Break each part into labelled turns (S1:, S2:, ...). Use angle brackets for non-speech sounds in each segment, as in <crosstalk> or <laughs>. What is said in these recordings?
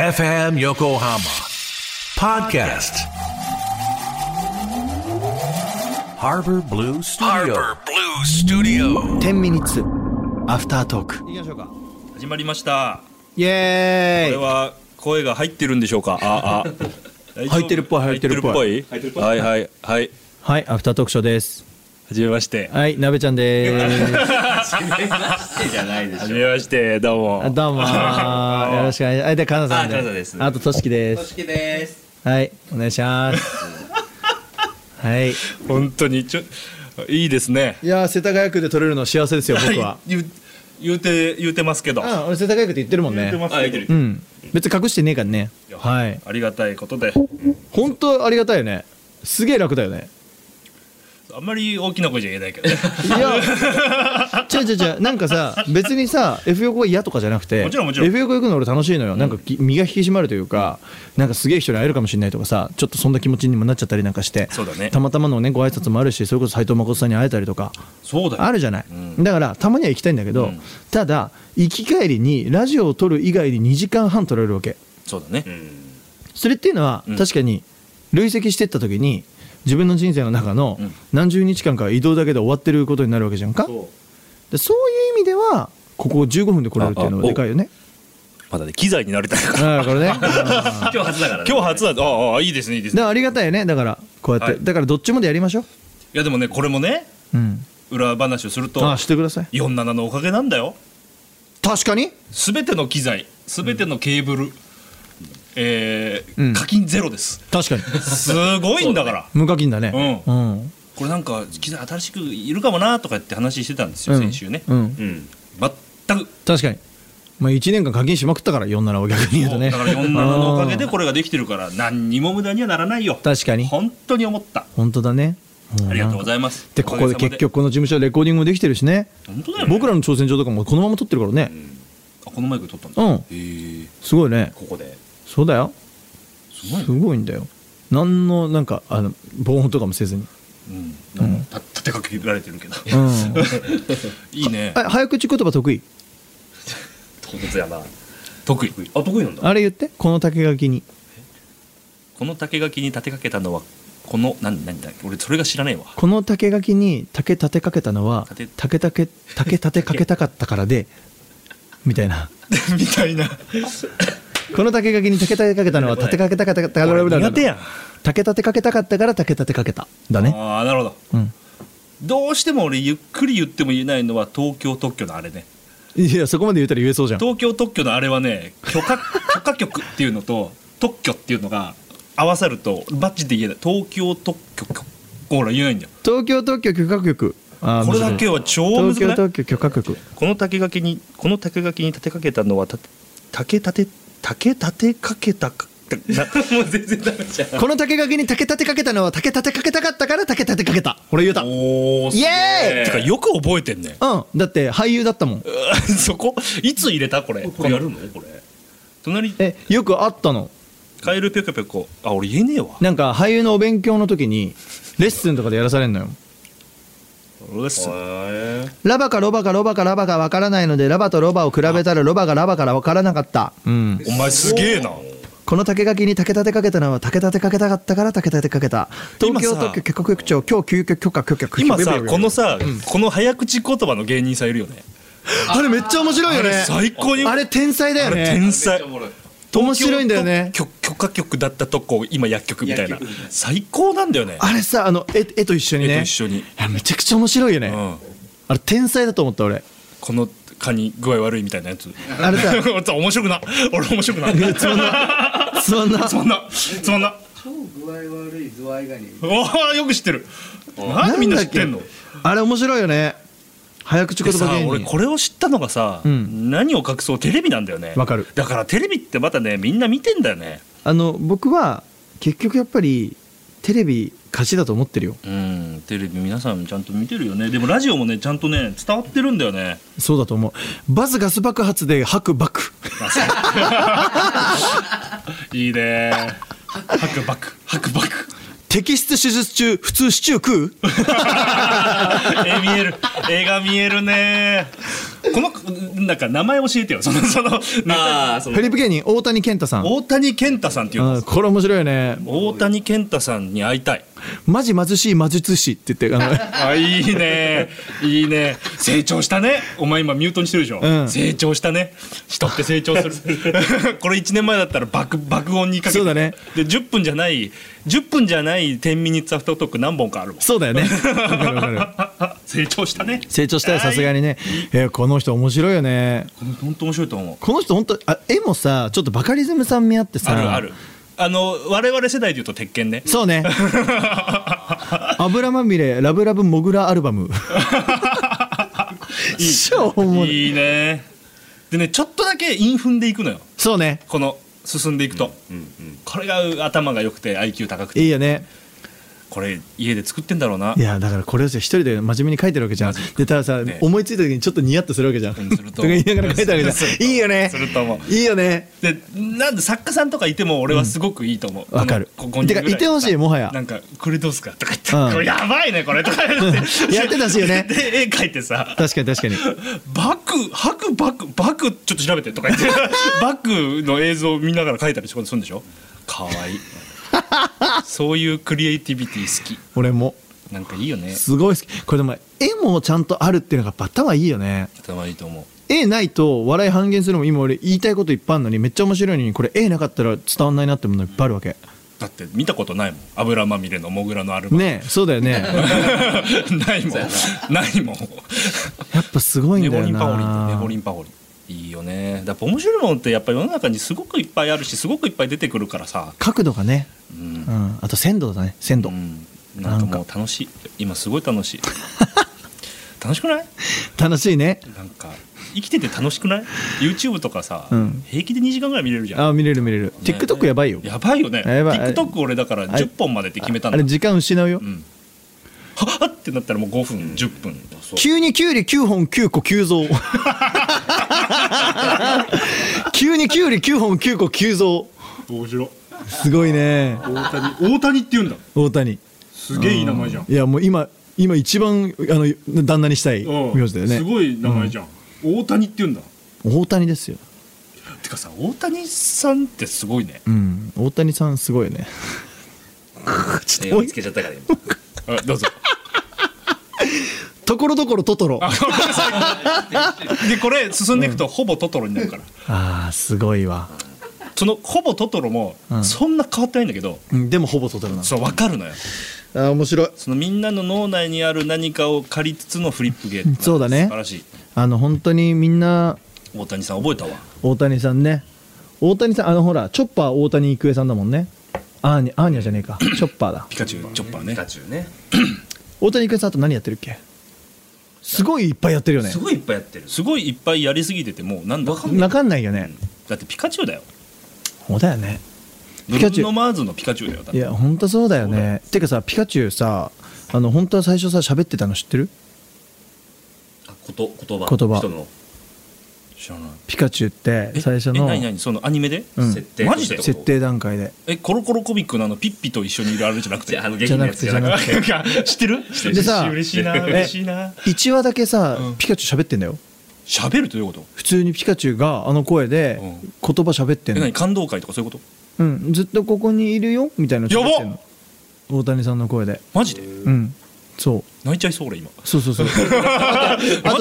S1: FM Yokohama Podcast Harbor Blue Studio
S2: 10ミニッツアフタートーク
S3: 行きましょうか
S4: 始まりました
S3: イ
S4: こ
S3: エ
S4: れ
S3: ーイ
S4: は声が入ってるんでしょうか
S3: <laughs>
S4: ああ入
S3: ってるっぽい入ってるっぽ
S4: い入ってるっぽいはいはいはい
S3: はいアフタートークショーです
S4: はじめまして
S3: はいなべちゃんでーす
S4: はじめましてどう
S3: あ
S4: も
S3: ど
S4: <laughs>
S3: うもーよろしくお願いしますあでかなさんで
S4: あかなさんです
S3: あととしきです
S5: 好きです。
S3: はいお願いしますはいい
S4: 本当にちょいいですね
S3: やー世田谷区で撮れるの幸せですよ僕は
S4: 言う言うて言うてますけど
S3: うん俺世田谷区って言ってるもん
S4: 言うて
S3: ね
S4: ますけど
S3: うん別に隠してねえからねはい
S4: ありがたいことで
S3: 本当ありがたいよねすげえ楽だよね
S4: あんまり大きな声じゃ言えないけどね
S3: いや違う違う違うなんかさ別にさ F 横が嫌とかじゃなくて
S4: もちろんもちろん
S3: F 横行くの俺楽しいのよなんかき身が引き締まるというかなんかすげえ人に会えるかもしれないとかさちょっとそんな気持ちにもなっちゃったりなんかして
S4: そうだね
S3: たまたまのねご挨拶もあるしそれこそ斎藤誠さんに会えたりとか
S4: そうだよ
S3: あるじゃない、だからたまには行きたいんだけど、ただ行き帰りにラジオを撮る以外に2時間半撮られるわけ
S4: そうだね
S3: それっていうのは確かに累積してった時に自分の人生の中の何十日間か移動だけで終わってることになるわけじゃんか、でそういう意味ではここ15分で来れるっていうのは
S4: ああ
S3: でかいよね
S4: まだね機材になりたいから
S3: ああこれ <laughs> ねああ
S5: 今日初だから、ね。
S4: 今日初だああああいいですねいいです
S3: だか
S4: ね
S3: らありがたいよねだからこうやって、
S4: はい
S3: だからどっちもでやりましょう
S4: いやでもねこれもね
S3: うん
S4: 裏話をすると
S3: ああしてください
S4: 47のおかげなんだよ
S3: 確かに
S4: すべての機材すべてのケーブル、えー
S3: うん
S4: 課金ゼロです
S3: 確かに
S4: すごいんだから
S3: 無課金だねうん、うん、
S4: これなんか機材新しくいるかもなとかって話してたんですよ、先週ね、
S3: うん
S5: うん。
S4: 全く
S3: 確かにまあ1年間課金しまくったから47を逆に言うとね
S4: だから47のおかげでこれができてるから何にも無駄にはならないよ
S3: 確かに
S4: 本当に思った
S3: 本当だね
S4: ありがとうご
S3: い
S4: ざいます
S3: でここで
S4: おかげさま
S3: 結局この事務所レコーディングもできてるしね
S4: 本当だよ、ね、
S3: 僕らの挑戦状とかもこのまま撮ってるからね
S4: あこのマイク撮ったんだ
S3: うん、
S4: へえ
S3: すごいね
S4: ここで
S3: そうだよ
S4: すごい
S3: す
S4: ね、
S3: ごいんだよ何のなんかあの防音とかもせずに、
S4: うんなんかた立てかけられてるけど
S3: うん、
S4: <laughs> いいね
S3: あ早口言葉得意
S5: 唐突やな。
S4: 得意
S5: あ、得意なんだ。
S3: あれ言ってこの竹垣に
S4: この竹垣に立てかけたのはこの何何だっけ俺それが知らねえわ
S3: この竹垣に竹立てかけたのは
S4: 立て
S3: 竹竹竹立てかけたかったからで <laughs> みたいな
S4: みたい <laughs> な
S3: この竹垣に竹立てかけたのは立てかけたかったから
S4: 苦手やん
S3: 竹立てかけたかったから竹立てかけただね
S4: ああなるほど
S3: うん
S4: どうしても俺ゆっくり言っても言えないのは東京特許のあれね
S3: いやそこまで言ったら言えそうじゃん
S4: 東京特許のあれはね許可 <laughs> 許可局っていうのと特許っていうのが合わさるとマッチで言えない東京特許局ほら言えないんだよ
S3: <laughs> 東京特許許可局あー
S4: これだけは超
S3: 面
S4: 難しい
S3: 白い東京特許許可局
S4: この竹垣にこの竹垣に立てかけたのはた竹立て竹立てかけたかな
S5: <laughs> もう全然ダメじゃん。
S3: この竹垣に竹立てかけたのは竹立てかけたかったから竹立てかけたこれ言うたうん
S4: おー
S3: イエーイ
S4: てかよく覚えてん <laughs> ね
S3: だって俳優だったもん
S4: そこいつ入れたこれ
S5: これやるのこれ。
S4: 隣
S3: えよくあったの
S4: カエルぴょこぴょこあ俺言えねえわ
S3: なんか俳優のお勉強の時にレッスンとかでやらされんのよ
S4: 俺です
S5: え
S3: ラバかロバかロバかラバかわからないのでラバとロバを比べたらロバがラバからわからなかったうん
S4: お前すげえな
S3: この竹垣に竹立てかけたのは竹立てかけたかったから竹立てかけた東京特許許可局長今日急遽許可許可許可
S4: 今さこのさ、この早口言葉の芸人さんいるよね
S3: あれめっちゃ面白いよね
S4: あれ最高に
S3: あれ天才だよ
S4: あれ
S3: ね
S4: 天才
S3: 面白いんだよね
S4: 東京と許許可局だったとこ今薬局みたいな
S5: 薬局
S4: 最高なんだよね
S3: あれさあの絵絵と一緒に
S4: 絵
S3: ね
S4: と一緒に、
S3: いやめちゃくちゃ面白いよね、
S4: うん、
S3: あれ天才だと思った俺
S4: このカニ具合悪いみたいなやつ
S3: あ
S4: <laughs>
S3: れさ
S4: 面白くな俺面白くない
S3: や <laughs> つまん
S4: <laughs>
S3: なつまんな
S4: つまんなつまんな
S6: 超具合悪いズワイガニ
S4: おおよく知ってるなんでみんな知ってんの
S3: だっけあれ面白いよね早口言
S4: でさ
S3: 葉芸
S4: 俺
S3: 人
S4: これを知ったのがさ、
S3: うん
S4: 何を隠そうテレビなんだよね
S3: わかる
S4: だからテレビってまたねみんな見てんだよね
S3: あの僕は結局やっぱりテレビ勝ちだと思ってるよ
S4: うんテレビ皆さんちゃんと見てるよねでもラジオもねちゃんとね伝わってるんだよね
S3: そうだと思うバスガス爆発で吐くバク
S4: いいね白バク白バク <laughs>
S3: 摘出手術中普通シチュー食 <laughs> う
S4: 絵見える絵が見えるねこのなんだか名前教えてよそのその
S5: ああその
S3: フリップ芸人大谷健太さん
S4: 大谷健太さんっていう
S3: あ
S4: の
S3: ーこれ面白いよね
S4: 大谷健太さんに会いたい
S3: マジ貧しい魔術師って言って
S4: <laughs>
S3: あの
S4: あいいねいいね成長したねお前今ミュートにしてるでしょ、
S3: うん
S4: 成長したね人って成長す
S3: <laughs>
S4: るこれ1年前だったら爆爆音にかけて
S3: そうだね
S4: で10分じゃない10分じゃない10ミニッツアフタートーク何本かあるもん
S3: そうだよねわかるわかる
S4: <laughs> 成長したね
S3: 成長したよさすがにねいやこの人面白いよね
S4: この人本当面白いと思う
S3: この人本当あ絵もさちょっとバカリズムさん見合ってさ
S4: あるあるあの我々世代でいうと鉄拳
S3: <laughs>
S4: ね
S3: そうね油まみれラブラブモグラアルバム
S4: いい
S3: しょうもない
S4: いいねでねちょっとだけ韻踏んでいくのよ
S3: そうね
S4: この進んでいくと、これが頭が良くて IQ 高くて
S3: いいよね
S4: これ家で作ってんだろうない
S3: やだからこれをさ一人で真面目に書いてるわけじゃん
S4: 真面目
S3: でたださ、
S4: ね
S3: 思いついた時にちょっとニヤッとするわけじゃん、
S4: んすると
S3: <laughs> とか言いながら書いてるわけ
S4: する
S3: じ
S4: と
S3: ゃんいいよね
S4: すると思う
S3: いいよね
S4: でなんで作家さんとかいても俺はすごくいいと思う
S3: わかる
S4: あのここに
S3: てかいてほしいもはや
S4: なんかこれどうすかとか言って、
S3: うん
S4: これやばいねこれとか言って
S3: やってたしよね
S4: <laughs> で絵描いてさ
S3: 確かに確かに
S4: バク白バクバクちょっと調べてとか
S3: <laughs>
S4: 言ってバクの映像を見ながら描いたりするんでしょかわ
S3: <laughs>
S4: いいそういうクリエイティビティ好
S3: 俺も
S4: きなんかいいよね
S3: すごい好きこれでも絵もちゃんとあるっていうのがバタはいいよね
S4: 頭いいと思う
S3: 絵ないと笑い半減するのも今俺言いたいこといっぱいあるのにめっちゃ面白いのにこれ絵なかったら伝わんないなってものいっぱいあるわけ
S4: だって見たことないもん油まみれのモグラのア
S3: <laughs>
S4: ルバム、
S3: ねえそうだよね
S4: ないもんない
S3: <laughs>
S4: もん
S3: やっぱすごい
S4: ネ
S3: んだ
S4: ボ
S3: よ
S4: リンパオリン
S3: な
S4: ネボリンパオリンいいよねだから面白いもんってやっぱ世の中にすごくいっぱいあるしすごくいっぱい出てくるからさ、
S3: 角度がね、
S4: う
S3: うんん、あと鮮度だね鮮度、
S4: うんなんかもう楽しい今すごい楽しい楽しくない
S3: 楽しいね
S4: なんか生きてて楽しくない YouTube とかさ、
S3: うん
S4: 平気で2時間ぐらい見れるじゃん
S3: あ見れる見れる TikTok やばいよ
S4: やばいよね
S3: やばい
S4: TikTok 俺だから
S3: あれ
S4: 10本までって決めたん
S3: あ
S4: だ
S3: れ時間失うよ
S4: うん、はっってなったらもう5分、10分
S3: 急にキュウリ9本9個急増 <laughs> 急にキュウリ9本9個急増
S4: 面白
S3: すごいね
S4: 大谷大谷って言うんだ
S3: 大谷
S4: すげえいい名前じゃん
S3: いやもう今今一番あの旦那にしたい
S4: うん
S3: 名字だよね
S4: すごい名前じゃん、大谷って言うんだ
S3: 大谷ですよ、
S4: てかさ大谷さんってすごいね
S3: うん、大谷さんすごいよね
S5: えー見つけちゃったから今
S4: あどうぞ
S3: ところどころトトロあ
S4: でこれ進んでいくとほぼトトロになるから、
S3: あーすごいわ、
S4: そのほぼトトロも
S3: うん
S4: そんな変わってないんだけど、
S3: うん、でもほぼトトロなの
S4: そう分かるのよ
S3: あー面白い
S4: そのみんなの脳内にある何かを借りつつのフリップゲーム
S3: そうだね
S4: 素晴らしい
S3: あの本当にみんな
S4: 大谷さん覚えたわ
S3: 大谷さんね大谷さんあのほらチョッパー大谷育恵さんだもんねアーニアーニャじゃねえ <coughs> かチョッパーだ
S4: ピカチュウチョッパー
S5: ピ
S4: ね
S5: カチュウね
S3: 大谷育恵さんあと何やってるっけすごいいっぱいやってるよね
S5: すごいいっぱいやってる
S4: すごいいっぱいやりすぎててもうなんだか
S3: わかんないよね
S4: だってピカチュウだよ
S3: そうだよね
S4: ブ
S3: ピ
S4: ル
S3: カチ
S4: ー
S3: ュ
S4: ノ・
S3: ウ
S4: マーズのピカチュウだよだって
S3: いや本当そうだよねてかさピカチュウさあの本当は最初さ喋ってたの知ってる
S5: あこと言葉
S3: 言葉
S5: 人の
S4: 知らない
S3: ピカチュウって
S4: え
S3: 最初
S4: え
S3: の
S4: 何何そのアニメで、
S3: うん
S5: 設定
S4: マジで
S5: って
S3: 設
S5: こと
S3: 定段階で
S4: えコロコロコミックのあのピッピと一緒にいるあれじゃなくて
S5: じゃああの劇のやつじゃなくて
S4: なんか <laughs> 知ってる知ってる
S3: でさ
S4: 嬉しいな
S3: え
S4: 嬉しいな
S3: 1話だけさ
S4: うん
S3: ピカチュウ喋ってんだよ
S4: 喋るということ
S3: 普通にピカチュウがあの声で
S4: うん
S3: 言葉喋って
S4: え
S3: んの
S4: 何感動会とかそういうこと
S3: うんずっとここにいるよみたいなの喋ってんの
S4: や
S3: 大谷さんの声で
S4: マジで
S3: うんそう
S4: 泣いちゃいそう俺今
S3: そうそうそう <laughs> 後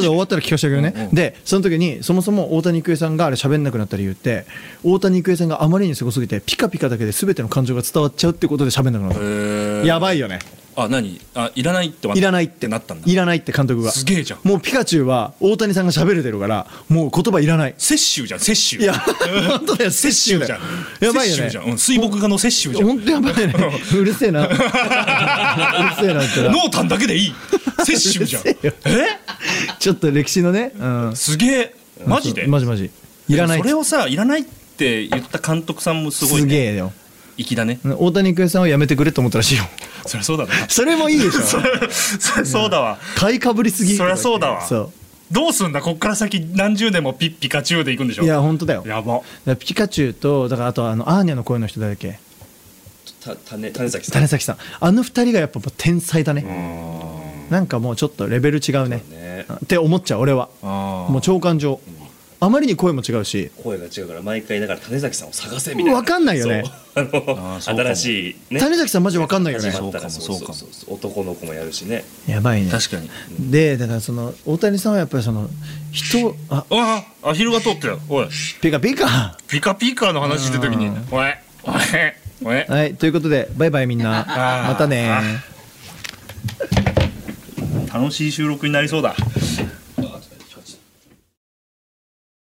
S3: で終わったら聞かせてあげるね、
S4: うんうん
S3: でその時にそもそも大谷育英さんがあれ喋んなくなった理由って大谷育英さんがあまりにすごすぎてピカピカだけで全ての感情が伝わっちゃうってことで喋んなくなった、やばいよね
S4: あ何あいらないって
S3: いらないって
S4: なったんだ
S3: いらないって監督が
S4: すげえじゃん
S3: もうピカチュウは大谷さんが喋れてるからもう言葉いらない
S4: 摂取じゃん摂取
S3: いや
S4: <laughs>
S3: 本当だよ
S4: 摂
S3: 摂
S4: 取
S3: 取
S4: じゃ
S3: だよ
S4: ん
S3: やばいよ
S4: 摂
S3: ね
S4: 取じゃん、うん、水墨画の摂取じゃん
S3: 本当やばいねうるせ
S4: <laughs>
S3: えなうるせえなってな
S4: 濃淡だけでいい摂取じゃん
S3: うるせえよ
S4: え
S3: ちょっと歴史のね、うん、
S4: すげえマジで
S3: マジマジいらない
S4: それをさいらないって言った監督さんもすごい、
S3: すげ
S4: ね、
S3: えよ
S4: 粋だね
S3: 大谷育英さんはやめてくれと思ったらしいよ
S4: そりゃそうだな
S3: <laughs> それもいいでし
S4: <laughs>
S3: ょ
S4: そりゃそうだわ
S3: 買いかぶりすぎ
S4: そりゃそうだわ
S3: そ
S4: どうすんだこっから先何十年もピッピカチュウでいくんでしょ
S3: ういや本当だよだか
S4: やば
S3: らピカチュウとだからあとあのアーニャの声の人誰だっけ
S5: た種種崎さん
S3: 種崎さんあの二人がやっぱ天才だねなんかもうちょっとレベル違うね
S5: ね
S3: って思っちゃう俺は
S4: あー
S3: もう長感上あまりに声も違うし
S5: 声が違うから毎回だから種崎さんを探せみたいな
S3: わかんないよね
S5: そうあ
S4: あー
S5: の
S4: そうかも
S5: 新しいね
S3: 種崎さんマジわかんないよ
S5: 始
S3: ね
S5: まったら
S4: そうかも
S5: そうそう男の子もやるしね
S3: やばいね
S4: 確かに
S3: でだからその大谷さんはやっぱりその人あ
S4: ああアヒルが通ったよおい
S3: ピカピカ
S4: ピカピカの話してる時に
S3: うん
S4: おいおいおい
S3: はいということでバイバイみん
S4: あ
S3: な
S4: ー
S3: またね
S4: 楽しい収録になりそうだ